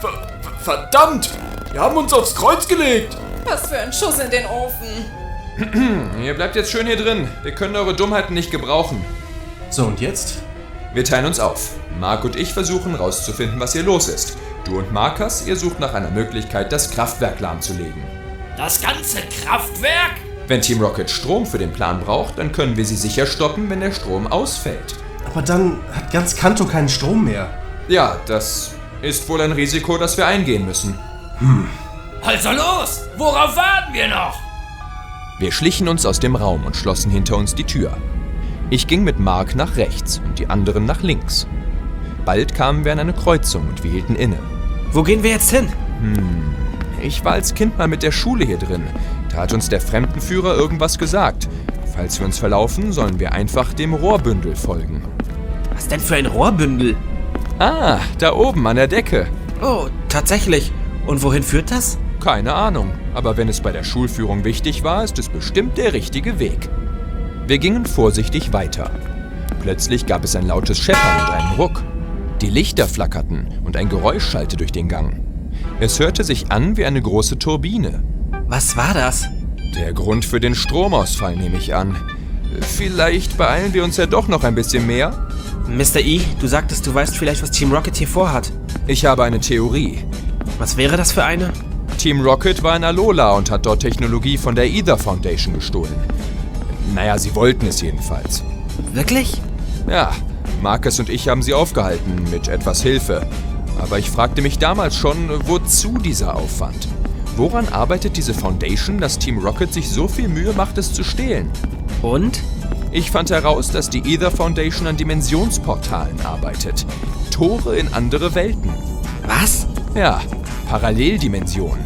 Speaker 2: Ver verdammt! Wir haben uns aufs Kreuz gelegt!
Speaker 10: Was für ein Schuss in den Ofen.
Speaker 1: Ihr bleibt jetzt schön hier drin. Wir können eure Dummheiten nicht gebrauchen.
Speaker 5: So, und jetzt?
Speaker 1: Wir teilen uns auf. Mark und ich versuchen rauszufinden, was hier los ist. Du und Markus, ihr sucht nach einer Möglichkeit, das Kraftwerk lahmzulegen.
Speaker 4: Das ganze Kraftwerk?
Speaker 1: Wenn Team Rocket Strom für den Plan braucht, dann können wir sie sicher stoppen, wenn der Strom ausfällt.
Speaker 5: Aber dann hat ganz Kanto keinen Strom mehr.
Speaker 1: Ja, das ist wohl ein Risiko, das wir eingehen müssen.
Speaker 4: Also los! Worauf warten wir noch?
Speaker 1: Wir schlichen uns aus dem Raum und schlossen hinter uns die Tür. Ich ging mit Mark nach rechts und die anderen nach links. Bald kamen wir an eine Kreuzung und wir hielten inne.
Speaker 3: Wo gehen wir jetzt hin?
Speaker 1: Ich war als Kind mal mit der Schule hier drin. Da hat uns der Fremdenführer irgendwas gesagt. Falls wir uns verlaufen, sollen wir einfach dem Rohrbündel folgen.
Speaker 3: Was denn für ein Rohrbündel?
Speaker 1: Ah, da oben an der Decke.
Speaker 3: Oh, tatsächlich. Und wohin führt das?
Speaker 1: Keine Ahnung, aber wenn es bei der Schulführung wichtig war, ist es bestimmt der richtige Weg. Wir gingen vorsichtig weiter. Plötzlich gab es ein lautes Scheppern und einen Ruck. Die Lichter flackerten und ein Geräusch schallte durch den Gang. Es hörte sich an wie eine große Turbine.
Speaker 3: Was war das?
Speaker 1: Der Grund für den Stromausfall nehme ich an. Vielleicht beeilen wir uns ja doch noch ein bisschen mehr.
Speaker 3: Mr. E, du sagtest, du weißt vielleicht, was Team Rocket hier vorhat.
Speaker 1: Ich habe eine Theorie.
Speaker 3: Was wäre das für eine?
Speaker 1: Team Rocket war in Alola und hat dort Technologie von der Ether Foundation gestohlen. Naja, sie wollten es jedenfalls.
Speaker 3: Wirklich?
Speaker 1: Ja, Marcus und ich haben sie aufgehalten, mit etwas Hilfe. Aber ich fragte mich damals schon, wozu dieser Aufwand? Woran arbeitet diese Foundation, dass Team Rocket sich so viel Mühe macht, es zu stehlen?
Speaker 3: Und?
Speaker 1: Ich fand heraus, dass die Ether Foundation an Dimensionsportalen arbeitet. Tore in andere Welten.
Speaker 3: Was?
Speaker 1: Ja, Paralleldimensionen.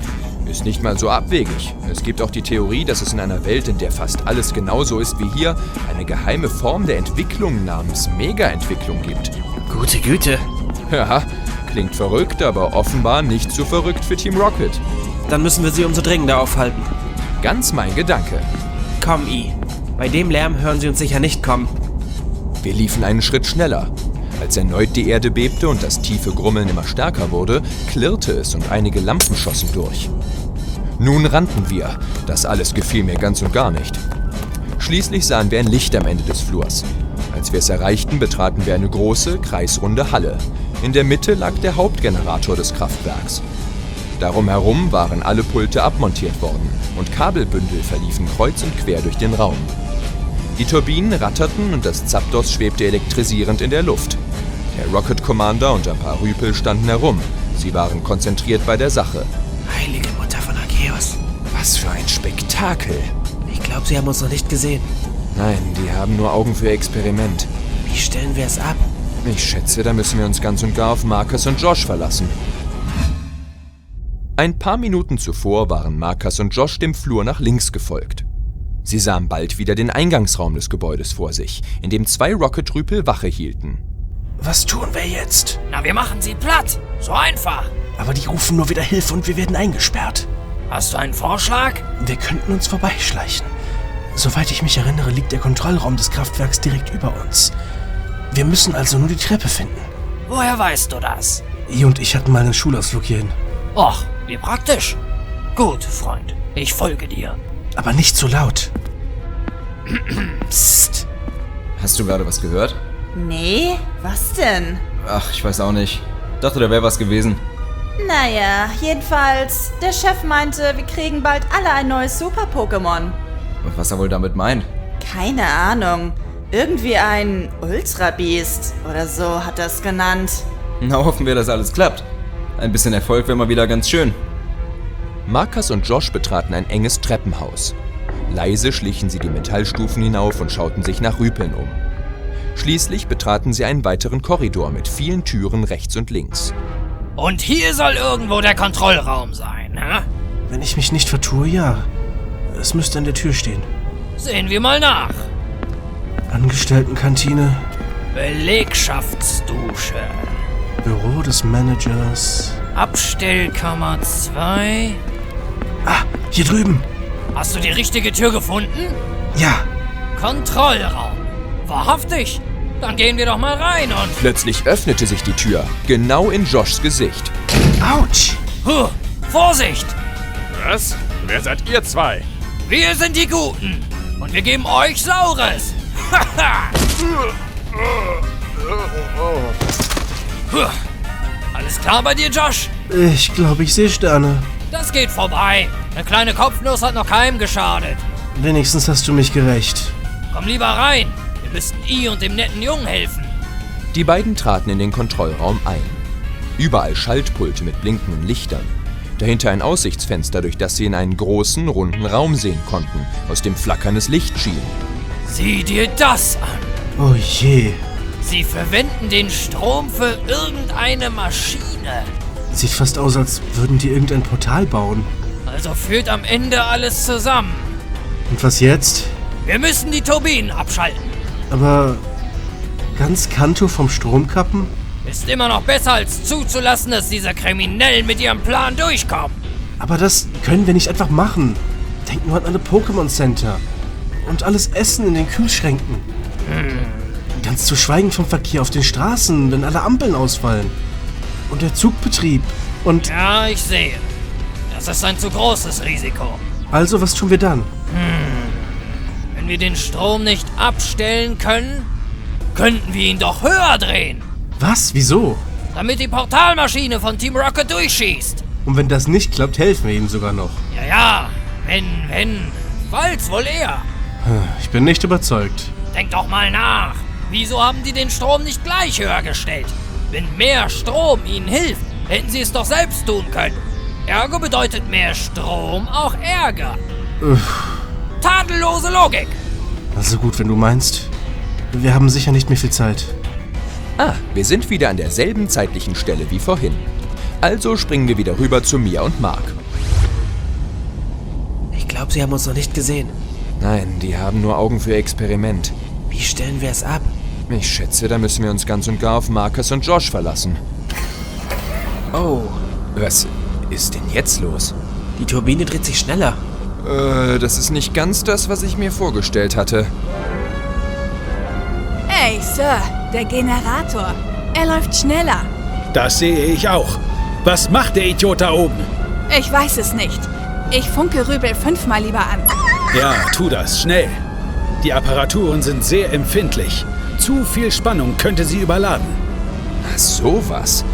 Speaker 1: Ist nicht mal so abwegig. Es gibt auch die Theorie, dass es in einer Welt, in der fast alles genauso ist wie hier, eine geheime Form der Entwicklung namens Mega-Entwicklung gibt.
Speaker 3: Gute Güte.
Speaker 1: Ja, klingt verrückt, aber offenbar nicht so verrückt für Team Rocket.
Speaker 3: Dann müssen wir sie umso dringender aufhalten.
Speaker 1: Ganz mein Gedanke.
Speaker 3: Komm, E. Bei dem Lärm hören sie uns sicher nicht kommen.
Speaker 1: Wir liefen einen Schritt schneller. Als erneut die Erde bebte und das tiefe Grummeln immer stärker wurde, klirrte es und einige Lampen schossen durch. Nun rannten wir. Das alles gefiel mir ganz und gar nicht. Schließlich sahen wir ein Licht am Ende des Flurs. Als wir es erreichten, betraten wir eine große, kreisrunde Halle. In der Mitte lag der Hauptgenerator des Kraftwerks. Darum herum waren alle Pulte abmontiert worden und Kabelbündel verliefen kreuz und quer durch den Raum. Die Turbinen ratterten und das Zapdos schwebte elektrisierend in der Luft. Der Rocket Commander und ein paar Rüpel standen herum. Sie waren konzentriert bei der Sache.
Speaker 3: Heilige Mutter von Arceus.
Speaker 1: Was für ein Spektakel!
Speaker 3: Ich glaube, sie haben uns noch nicht gesehen.
Speaker 1: Nein, die haben nur Augen für Experiment.
Speaker 3: Wie stellen wir es ab?
Speaker 1: Ich schätze, da müssen wir uns ganz und gar auf Marcus und Josh verlassen. Ein paar Minuten zuvor waren Marcus und Josh dem Flur nach links gefolgt. Sie sahen bald wieder den Eingangsraum des Gebäudes vor sich, in dem zwei Rocket-Rüpel Wache hielten.
Speaker 5: Was tun wir jetzt?
Speaker 4: Na, wir machen sie platt. So einfach.
Speaker 5: Aber die rufen nur wieder Hilfe und wir werden eingesperrt.
Speaker 4: Hast du einen Vorschlag?
Speaker 5: Wir könnten uns vorbeischleichen. Soweit ich mich erinnere, liegt der Kontrollraum des Kraftwerks direkt über uns. Wir müssen also nur die Treppe finden.
Speaker 4: Woher weißt du das?
Speaker 5: I und ich hatten mal einen Schulausflug hierhin.
Speaker 4: Och, wie praktisch. Gut, Freund. Ich folge dir.
Speaker 5: Aber nicht so laut.
Speaker 1: Psst! Hast du gerade was gehört?
Speaker 10: Nee, was denn?
Speaker 1: Ach, ich weiß auch nicht. Dachte, da wäre was gewesen.
Speaker 10: Naja, jedenfalls, der Chef meinte, wir kriegen bald alle ein neues Super-Pokémon.
Speaker 1: Was er wohl damit meint?
Speaker 10: Keine Ahnung. Irgendwie ein Ultra-Beast oder so hat er es genannt.
Speaker 1: Na, hoffen wir, dass alles klappt. Ein bisschen Erfolg wäre mal wieder ganz schön. Marcus und Josh betraten ein enges Treppenhaus. Leise schlichen sie die Metallstufen hinauf und schauten sich nach Rüpeln um. Schließlich betraten sie einen weiteren Korridor mit vielen Türen rechts und links.
Speaker 4: Und hier soll irgendwo der Kontrollraum sein, hä?
Speaker 5: Wenn ich mich nicht vertue, ja. Es müsste an der Tür stehen.
Speaker 4: Sehen wir mal nach.
Speaker 5: Angestelltenkantine,
Speaker 4: Belegschaftsdusche.
Speaker 5: Büro des Managers.
Speaker 4: Abstellkammer 2.
Speaker 5: Ah, hier drüben.
Speaker 4: Hast du die richtige Tür gefunden?
Speaker 5: Ja.
Speaker 4: Kontrollraum. Wahrhaftig? Dann gehen wir doch mal rein und.
Speaker 1: Plötzlich öffnete sich die Tür, genau in Joshs Gesicht.
Speaker 5: Autsch!
Speaker 4: Huh, Vorsicht!
Speaker 11: Was? Wer seid ihr zwei?
Speaker 4: Wir sind die Guten. Und wir geben euch Saures. Haha! Huh. Alles klar bei dir, Josh?
Speaker 5: Ich glaube, ich sehe Sterne.
Speaker 4: Das geht vorbei. Eine kleine Kopfnuss hat noch keinem geschadet.
Speaker 5: Wenigstens hast du mich gerecht.
Speaker 4: Komm lieber rein. Wir müssten I und dem netten Jungen helfen.
Speaker 1: Die beiden traten in den Kontrollraum ein. Überall Schaltpulte mit blinkenden Lichtern. Dahinter ein Aussichtsfenster, durch das sie in einen großen, runden Raum sehen konnten, aus dem flackerndes Licht schien.
Speaker 4: Sieh dir das an.
Speaker 5: Oh je.
Speaker 4: Sie verwenden den Strom für irgendeine Maschine.
Speaker 5: Sieht fast aus, als würden die irgendein Portal bauen.
Speaker 4: Also führt am Ende alles zusammen.
Speaker 5: Und was jetzt?
Speaker 4: Wir müssen die Turbinen abschalten.
Speaker 5: Aber ganz Kanto vom Strom kappen?
Speaker 4: Ist immer noch besser, als zuzulassen, dass diese Kriminellen mit ihrem Plan durchkommen.
Speaker 5: Aber das können wir nicht einfach machen. Denk nur an alle Pokémon Center. Und alles Essen in den Kühlschränken. Ganz zu schweigen vom Verkehr auf den Straßen, wenn alle Ampeln ausfallen. Und der Zugbetrieb. Und
Speaker 4: Ja, ich sehe. Das ist ein zu großes Risiko.
Speaker 5: also, was tun wir dann?
Speaker 4: Wenn wir den Strom nicht abstellen können, könnten wir ihn doch höher drehen,
Speaker 5: Was? Wieso?
Speaker 4: damit die Portalmaschine von Team Rocket durchschießt.
Speaker 5: Und wenn das nicht klappt, helfen wir ihm sogar noch.
Speaker 4: Ja, ja, wenn, wenn, falls wohl eher.
Speaker 5: Hm, Ich bin nicht überzeugt.
Speaker 4: Denk doch mal nach. Wieso haben die den Strom nicht gleich höher gestellt? Wenn mehr Strom ihnen hilft, hätten sie es doch selbst tun können. Ergo bedeutet mehr Strom auch Ärger.
Speaker 5: Uff,
Speaker 4: Tadellose Logik.
Speaker 5: also gut, wenn du meinst. Wir haben sicher nicht mehr viel Zeit.
Speaker 1: Ah, wir sind wieder an derselben zeitlichen Stelle wie vorhin. Also springen wir wieder rüber zu Mia und Mark.
Speaker 3: Ich glaube, sie haben uns noch nicht gesehen.
Speaker 1: Nein, die haben nur Augen für Experiment.
Speaker 3: Wie stellen wir es ab?
Speaker 1: Ich schätze, da müssen wir uns ganz und gar auf Marcus und Josh verlassen.
Speaker 3: Oh,
Speaker 1: Was ist denn jetzt los?
Speaker 3: die Turbine dreht sich schneller.
Speaker 1: Äh, das ist nicht ganz das, was ich mir vorgestellt hatte.
Speaker 12: Hey, Sir, der Generator. Er läuft schneller.
Speaker 8: Das sehe ich auch. Was macht der Idiot da oben?
Speaker 12: Ich weiß es nicht. Ich funke Rübel fünfmal lieber an.
Speaker 8: Ja, tu das, schnell. Die Apparaturen sind sehr empfindlich. Zu viel Spannung könnte sie überladen.
Speaker 1: Ach, sowas.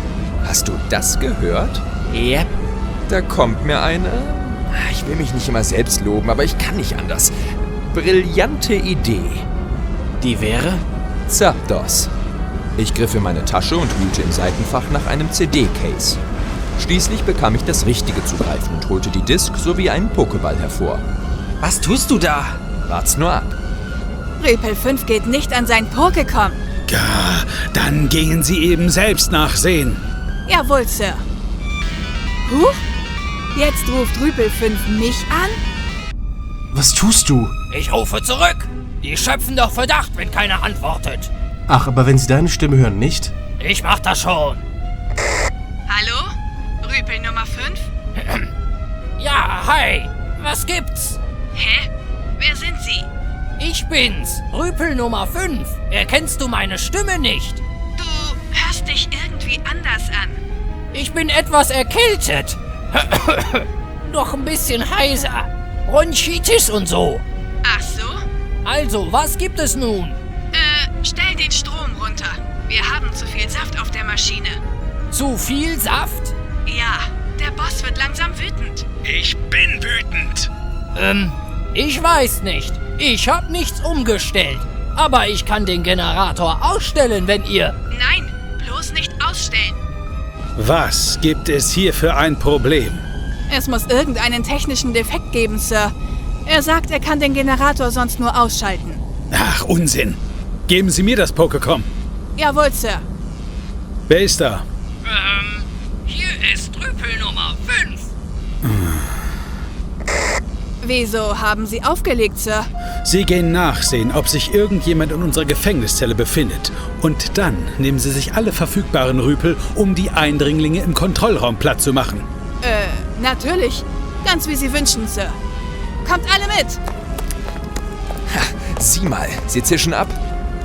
Speaker 1: Hast du das gehört?
Speaker 3: Yep.
Speaker 1: Da kommt mir eine. Ah, Ich will mich nicht immer selbst loben, aber ich kann nicht anders. Brillante Idee.
Speaker 3: Die wäre?
Speaker 1: Zapdos. Ich griff in meine Tasche und wühlte im Seitenfach nach einem CD-Case. Schließlich bekam ich das Richtige zu greifen und holte die Disk sowie einen Pokéball hervor.
Speaker 3: Was tust du da?
Speaker 1: Wart's nur ab.
Speaker 12: Rüpel 5 geht nicht an sein Pokécom.
Speaker 8: Ja, dann gehen sie eben selbst nachsehen.
Speaker 12: Jawohl, Sir. Huch? Jetzt ruft Rüpel 5 mich an?
Speaker 5: Was tust du?
Speaker 4: Ich rufe zurück. Die schöpfen doch Verdacht, wenn keiner antwortet.
Speaker 5: Ach, aber wenn sie deine Stimme hören, nicht?
Speaker 4: Ich mach das schon.
Speaker 13: Hallo? Rüpel Nummer 5?
Speaker 4: Ja, hi. Was gibt's?
Speaker 13: Hä? Wer sind Sie?
Speaker 4: Ich bin's, Rüpel Nummer 5. Erkennst du meine Stimme nicht?
Speaker 13: Du hörst dich irgendwie anders an.
Speaker 4: Ich bin etwas erkältet. Noch ein bisschen heiser. Bronchitis und so.
Speaker 13: Ach so?
Speaker 4: Also, was gibt es nun?
Speaker 13: Äh, stell den Strom runter. Wir haben zu viel Saft auf der Maschine.
Speaker 4: Zu viel Saft?
Speaker 13: Ja, der Boss wird langsam wütend.
Speaker 6: Ich bin wütend.
Speaker 4: Ähm, ich weiß nicht. Ich hab nichts umgestellt. Aber ich kann den Generator ausstellen, wenn ihr.
Speaker 13: Nein, bloß nicht ausstellen.
Speaker 8: Was gibt es hier für ein Problem?
Speaker 12: Es muss irgendeinen technischen Defekt geben, Sir. Er sagt, er kann den Generator sonst nur ausschalten.
Speaker 8: Ach, Unsinn. Geben Sie mir das Pokécom.
Speaker 12: Jawohl, Sir.
Speaker 8: Wer ist da?
Speaker 4: Ähm, hier ist Rüpel Nummer 5.
Speaker 12: Wieso haben Sie aufgelegt, Sir?
Speaker 8: Sie gehen nachsehen, ob sich irgendjemand in unserer Gefängniszelle befindet. Und dann nehmen Sie sich alle verfügbaren Rüpel, um die Eindringlinge im Kontrollraum platt zu machen.
Speaker 14: Äh, natürlich. Ganz wie Sie wünschen, Sir. Kommt alle mit!
Speaker 11: Sieh mal, sie zischen ab.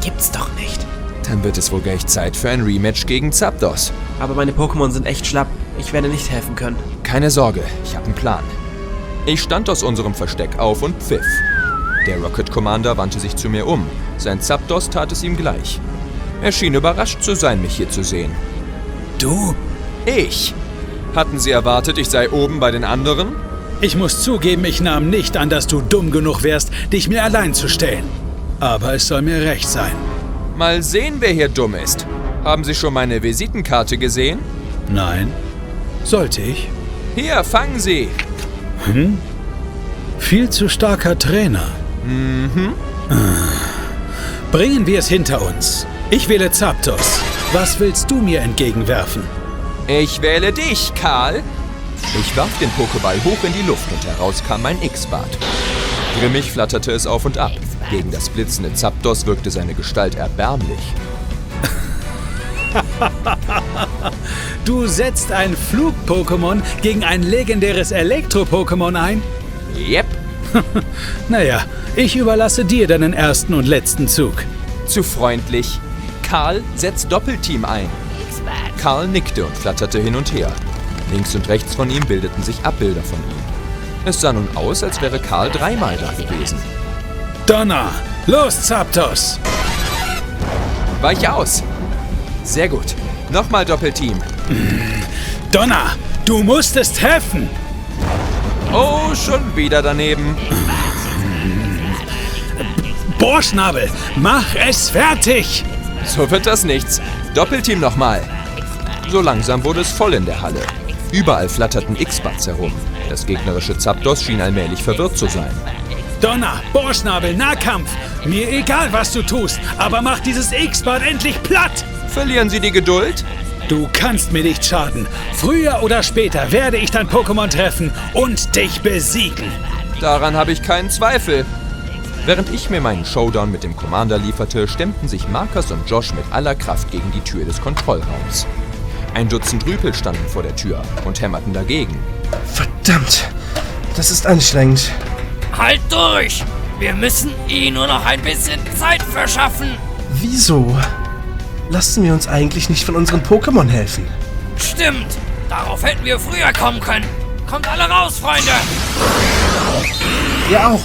Speaker 3: Gibt's doch nicht.
Speaker 11: Dann wird es wohl gleich Zeit für ein Rematch gegen Zapdos.
Speaker 3: Aber meine Pokémon sind echt schlapp. Ich werde nicht helfen können.
Speaker 11: Keine Sorge, ich habe einen Plan. Ich stand aus unserem Versteck auf und pfiff. Der Rocket Commander wandte sich zu mir um. Sein Zapdos tat es ihm gleich. Er schien überrascht zu sein, mich hier zu sehen.
Speaker 8: Du?
Speaker 11: Ich? Hatten Sie erwartet, ich sei oben bei den anderen?
Speaker 8: Ich muss zugeben, ich nahm nicht an, dass du dumm genug wärst, dich mir allein zu stellen. Aber es soll mir recht sein.
Speaker 11: Mal sehen, wer hier dumm ist. Haben Sie schon meine Visitenkarte gesehen?
Speaker 8: Nein. Sollte ich?
Speaker 11: Hier, fangen Sie!
Speaker 8: Hm? Viel zu starker Trainer.
Speaker 11: Mhm.
Speaker 8: Bringen wir es hinter uns. Ich wähle Zapdos. Was willst du mir entgegenwerfen?
Speaker 11: Ich wähle dich, Karl! Ich warf den Pokéball hoch in die Luft und heraus kam mein X-Bart. Grimmig flatterte es auf und ab. Gegen das blitzende Zapdos wirkte seine Gestalt erbärmlich.
Speaker 8: Du setzt ein Flug-Pokémon gegen ein legendäres Elektro-Pokémon ein?
Speaker 11: Yep.
Speaker 8: naja, ich überlasse dir deinen ersten und letzten Zug.
Speaker 11: Zu freundlich. Karl setzt Doppelteam ein. Karl nickte und flatterte hin und her. Links und rechts von ihm bildeten sich Abbilder von ihm. Es sah nun aus, als wäre Karl dreimal da gewesen.
Speaker 8: Donner! Los, Zapdos!
Speaker 11: Weich aus! Sehr gut. Nochmal Doppelteam.
Speaker 8: Donner! Du musst es treffen!
Speaker 11: Oh, schon wieder daneben.
Speaker 8: Bohrschnabel, mach es fertig!
Speaker 11: So wird das nichts. Doppelteam nochmal. So langsam wurde es voll in der Halle. Überall flatterten X-Bats herum. Das gegnerische Zapdos schien allmählich verwirrt zu sein.
Speaker 8: Donner, Bohrschnabel, Nahkampf! Mir egal, was du tust, aber mach dieses X-Bad endlich platt!
Speaker 11: Verlieren Sie die Geduld?
Speaker 8: Du kannst mir nicht schaden. Früher oder später werde ich dein Pokémon treffen und dich besiegen.
Speaker 11: Daran habe ich keinen Zweifel. Während ich mir meinen Showdown mit dem Commander lieferte, stemmten sich Marcus und Josh mit aller Kraft gegen die Tür des Kontrollraums. Ein Dutzend Rüpel standen vor der Tür und hämmerten dagegen.
Speaker 5: Verdammt, das ist anstrengend.
Speaker 4: Halt durch! Wir müssen ihm nur noch ein bisschen Zeit verschaffen!
Speaker 5: Wieso? Lassen wir uns eigentlich nicht von unseren Pokémon helfen?
Speaker 4: Stimmt! Darauf hätten wir früher kommen können! Kommt alle raus, Freunde!
Speaker 5: Ihr auch!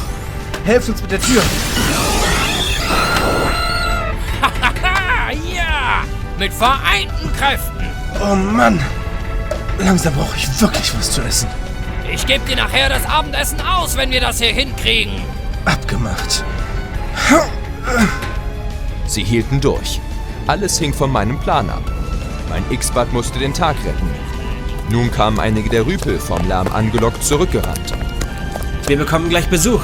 Speaker 5: Helft uns mit der Tür!
Speaker 4: Hahaha, ja! Mit vereinten Kräften!
Speaker 5: Oh Mann! Langsam brauche ich wirklich was zu essen.
Speaker 4: Ich gebe dir nachher das Abendessen aus, wenn wir das hier hinkriegen!
Speaker 5: Abgemacht.
Speaker 11: Sie hielten durch. Alles hing von meinem Plan ab. Mein X-Bad musste den Tag retten. Nun kamen einige der Rüpel vom Lärm angelockt zurückgerannt.
Speaker 3: Wir bekommen gleich Besuch.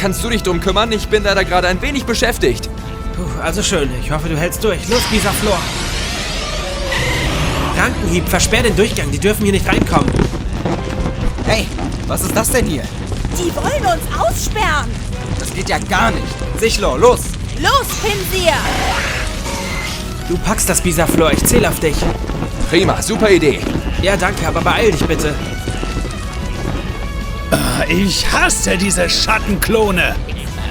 Speaker 11: Kannst du dich drum kümmern? Ich bin leider gerade ein wenig beschäftigt.
Speaker 3: Puh, also schön. Ich hoffe, du hältst durch. Los, Bisaflor. Rankenhieb, versperr den Durchgang. Die dürfen hier nicht reinkommen.
Speaker 15: Hey, was ist das denn hier?
Speaker 7: Die wollen uns aussperren.
Speaker 15: Das geht ja gar nicht. Sichlor, los.
Speaker 7: Los, Pinsir.
Speaker 3: Du packst das Bisaflor. Ich zähle auf dich.
Speaker 11: Prima, super Idee.
Speaker 3: Ja, danke, aber beeil dich bitte.
Speaker 8: Ich hasse diese Schattenklone.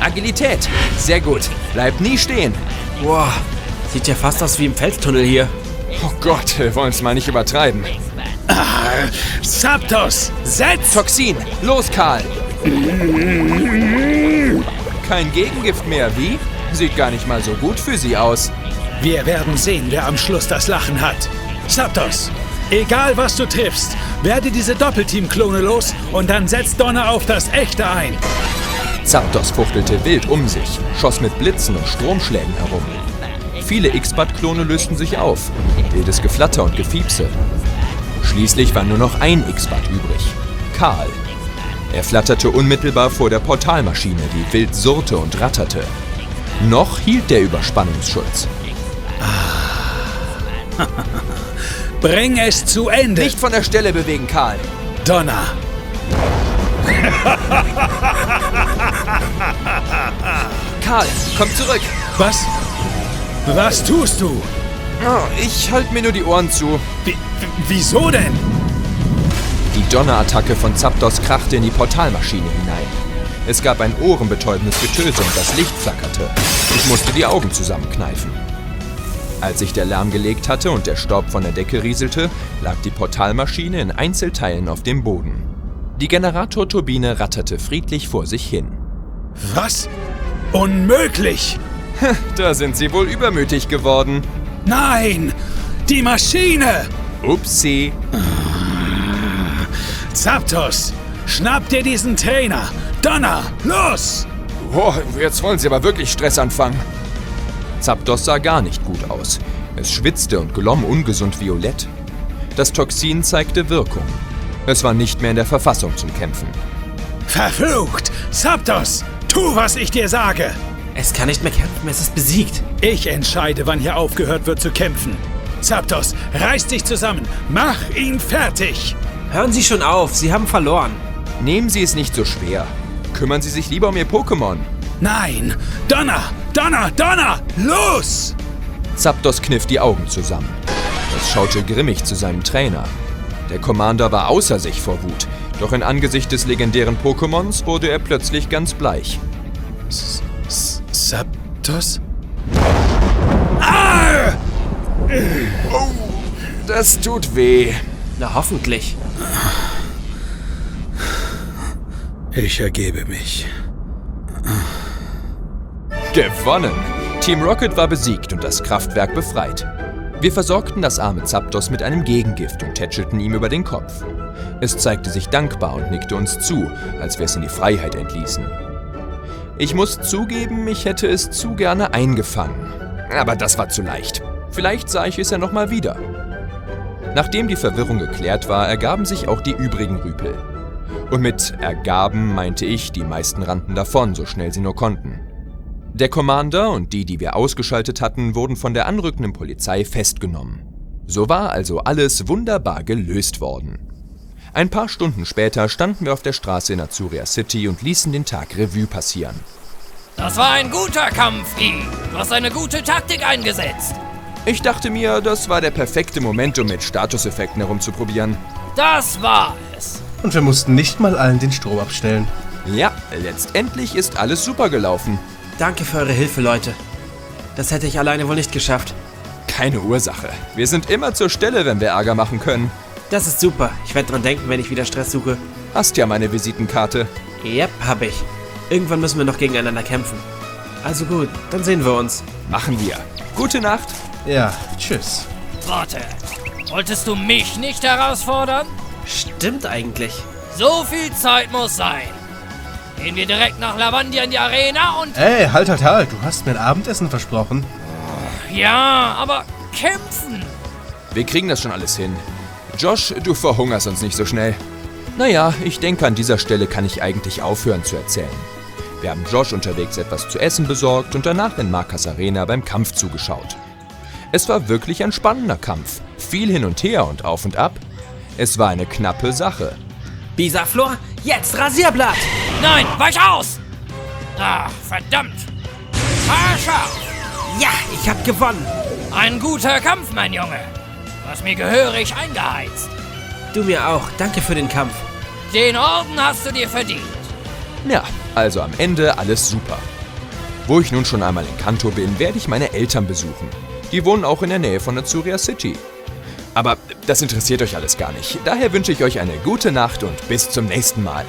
Speaker 11: Agilität. Sehr gut. Bleib nie stehen.
Speaker 3: Boah, sieht ja fast aus wie im Felstunnel hier.
Speaker 11: Oh Gott, wir wollen es mal nicht übertreiben.
Speaker 8: Ah, Zapdos, setz!
Speaker 11: Toxin, los, Karl! Kein Gegengift mehr, wie? Sieht gar nicht mal so gut für sie aus.
Speaker 8: Wir werden sehen, wer am Schluss das Lachen hat. Zapdos, egal was du triffst, werde diese Doppelteam-Klone los und dann setzt Donner auf das Echte ein.
Speaker 11: Zapdos fuchtelte wild um sich, schoss mit Blitzen und Stromschlägen herum. Viele X-Bat-Klone lösten sich auf, wildes Geflatter und Gefiepse. Schließlich war nur noch ein X-Bat übrig. Karl. Er flatterte unmittelbar vor der Portalmaschine, die wild surrte und ratterte. Noch hielt der Überspannungsschutz.
Speaker 8: Ah. Bring es zu Ende!
Speaker 11: Nicht von der Stelle bewegen, Karl!
Speaker 8: Donner!
Speaker 11: Karl, komm zurück!
Speaker 8: Was? Was tust du?
Speaker 11: Oh, ich halte mir nur die Ohren zu.
Speaker 8: wieso denn?
Speaker 11: Die Donnerattacke von Zapdos krachte in die Portalmaschine hinein. Es gab ein ohrenbetäubendes Getöse und das Licht flackerte. Ich musste die Augen zusammenkneifen. Als sich der Lärm gelegt hatte und der Staub von der Decke rieselte, lag die Portalmaschine in Einzelteilen auf dem Boden. Die Generatorturbine ratterte friedlich vor sich hin.
Speaker 8: Was? Unmöglich!
Speaker 11: Da sind sie wohl übermütig geworden.
Speaker 8: Nein! Die Maschine!
Speaker 11: Upsi.
Speaker 8: Zapdos, schnapp dir diesen Trainer! Donner, los!
Speaker 11: Boah, jetzt wollen sie aber wirklich Stress anfangen. Zapdos sah gar nicht gut aus. Es schwitzte und glomm ungesund violett. Das Toxin zeigte Wirkung. Es war nicht mehr in der Verfassung zum Kämpfen.
Speaker 8: Verflucht! Zapdos, tu, was ich dir sage!
Speaker 3: Es kann nicht mehr kämpfen, es ist besiegt.
Speaker 8: Ich entscheide, wann hier aufgehört wird zu kämpfen. Zapdos, reiß dich zusammen! Mach ihn fertig!
Speaker 3: Hören Sie schon auf, Sie haben verloren.
Speaker 11: Nehmen Sie es nicht so schwer. Kümmern Sie sich lieber um Ihr Pokémon.
Speaker 8: Nein! Donner! Donner! Donner! Los!
Speaker 11: Zapdos kniff die Augen zusammen. Es schaute grimmig zu seinem Trainer. Der Commander war außer sich vor Wut, doch in Angesicht des legendären Pokémons wurde er plötzlich ganz bleich.
Speaker 8: Zapdos?
Speaker 11: Oh, Ah! das tut weh.
Speaker 3: Na hoffentlich.
Speaker 8: Ich ergebe mich.
Speaker 11: Gewonnen! Team Rocket war besiegt und das Kraftwerk befreit. Wir versorgten das arme Zapdos mit einem Gegengift und tätschelten ihm über den Kopf. Es zeigte sich dankbar und nickte uns zu, als wir es in die Freiheit entließen. Ich muss zugeben, ich hätte es zu gerne eingefangen. Aber das war zu leicht. Vielleicht sah ich es ja nochmal wieder. Nachdem die Verwirrung geklärt war, ergaben sich auch die übrigen Rüpel. Und mit ergaben meinte ich, die meisten rannten davon, so schnell sie nur konnten. Der Commander und die, die wir ausgeschaltet hatten, wurden von der anrückenden Polizei festgenommen. So war also alles wunderbar gelöst worden. Ein paar Stunden später standen wir auf der Straße in Azuria City und ließen den Tag Revue passieren.
Speaker 4: Das war ein guter Kampf, I. Du hast eine gute Taktik eingesetzt.
Speaker 11: Ich dachte mir, das war der perfekte Moment, um mit Statuseffekten herumzuprobieren.
Speaker 4: Das war es.
Speaker 5: Und wir mussten nicht mal allen den Strom abstellen.
Speaker 11: Ja, letztendlich ist alles super gelaufen.
Speaker 3: Danke für eure Hilfe, Leute. Das hätte ich alleine wohl nicht geschafft.
Speaker 11: Keine Ursache. Wir sind immer zur Stelle, wenn wir Ärger machen können.
Speaker 3: Das ist super. Ich werde dran denken, wenn ich wieder Stress suche.
Speaker 11: Hast ja meine Visitenkarte.
Speaker 3: Yep, hab ich. Irgendwann müssen wir noch gegeneinander kämpfen. Also gut, dann sehen wir uns.
Speaker 11: Machen wir. Gute Nacht.
Speaker 5: Ja, tschüss.
Speaker 4: Warte. Wolltest du mich nicht herausfordern?
Speaker 3: Stimmt eigentlich.
Speaker 4: So viel Zeit muss sein. Gehen wir direkt nach Lavandia in die Arena und.
Speaker 5: Ey, halt, halt, halt. Du hast mir ein Abendessen versprochen.
Speaker 4: Ja, aber kämpfen!
Speaker 11: Wir kriegen das schon alles hin. Josh, du verhungerst uns nicht so schnell. Naja, ich denke, an dieser Stelle kann ich eigentlich aufhören zu erzählen. Wir haben Josh unterwegs etwas zu essen besorgt und danach in Markas Arena beim Kampf zugeschaut. Es war wirklich ein spannender Kampf. Viel hin und her und auf und ab. Es war eine knappe Sache.
Speaker 16: Bisaflor, jetzt Rasierblatt!
Speaker 4: Nein, weich aus! Ah, verdammt! Haarscharf!
Speaker 16: Ja, ich hab gewonnen!
Speaker 4: Ein guter Kampf, mein Junge. Du hast mir gehörig eingeheizt.
Speaker 3: Du mir auch. Danke für den Kampf.
Speaker 4: Den Orden hast du dir verdient.
Speaker 11: Ja, also am Ende alles super. Wo ich nun schon einmal in Kanto bin, werde ich meine Eltern besuchen. Die wohnen auch in der Nähe von Azuria City. Aber das interessiert euch alles gar nicht. Daher wünsche ich euch eine gute Nacht und bis zum nächsten Mal.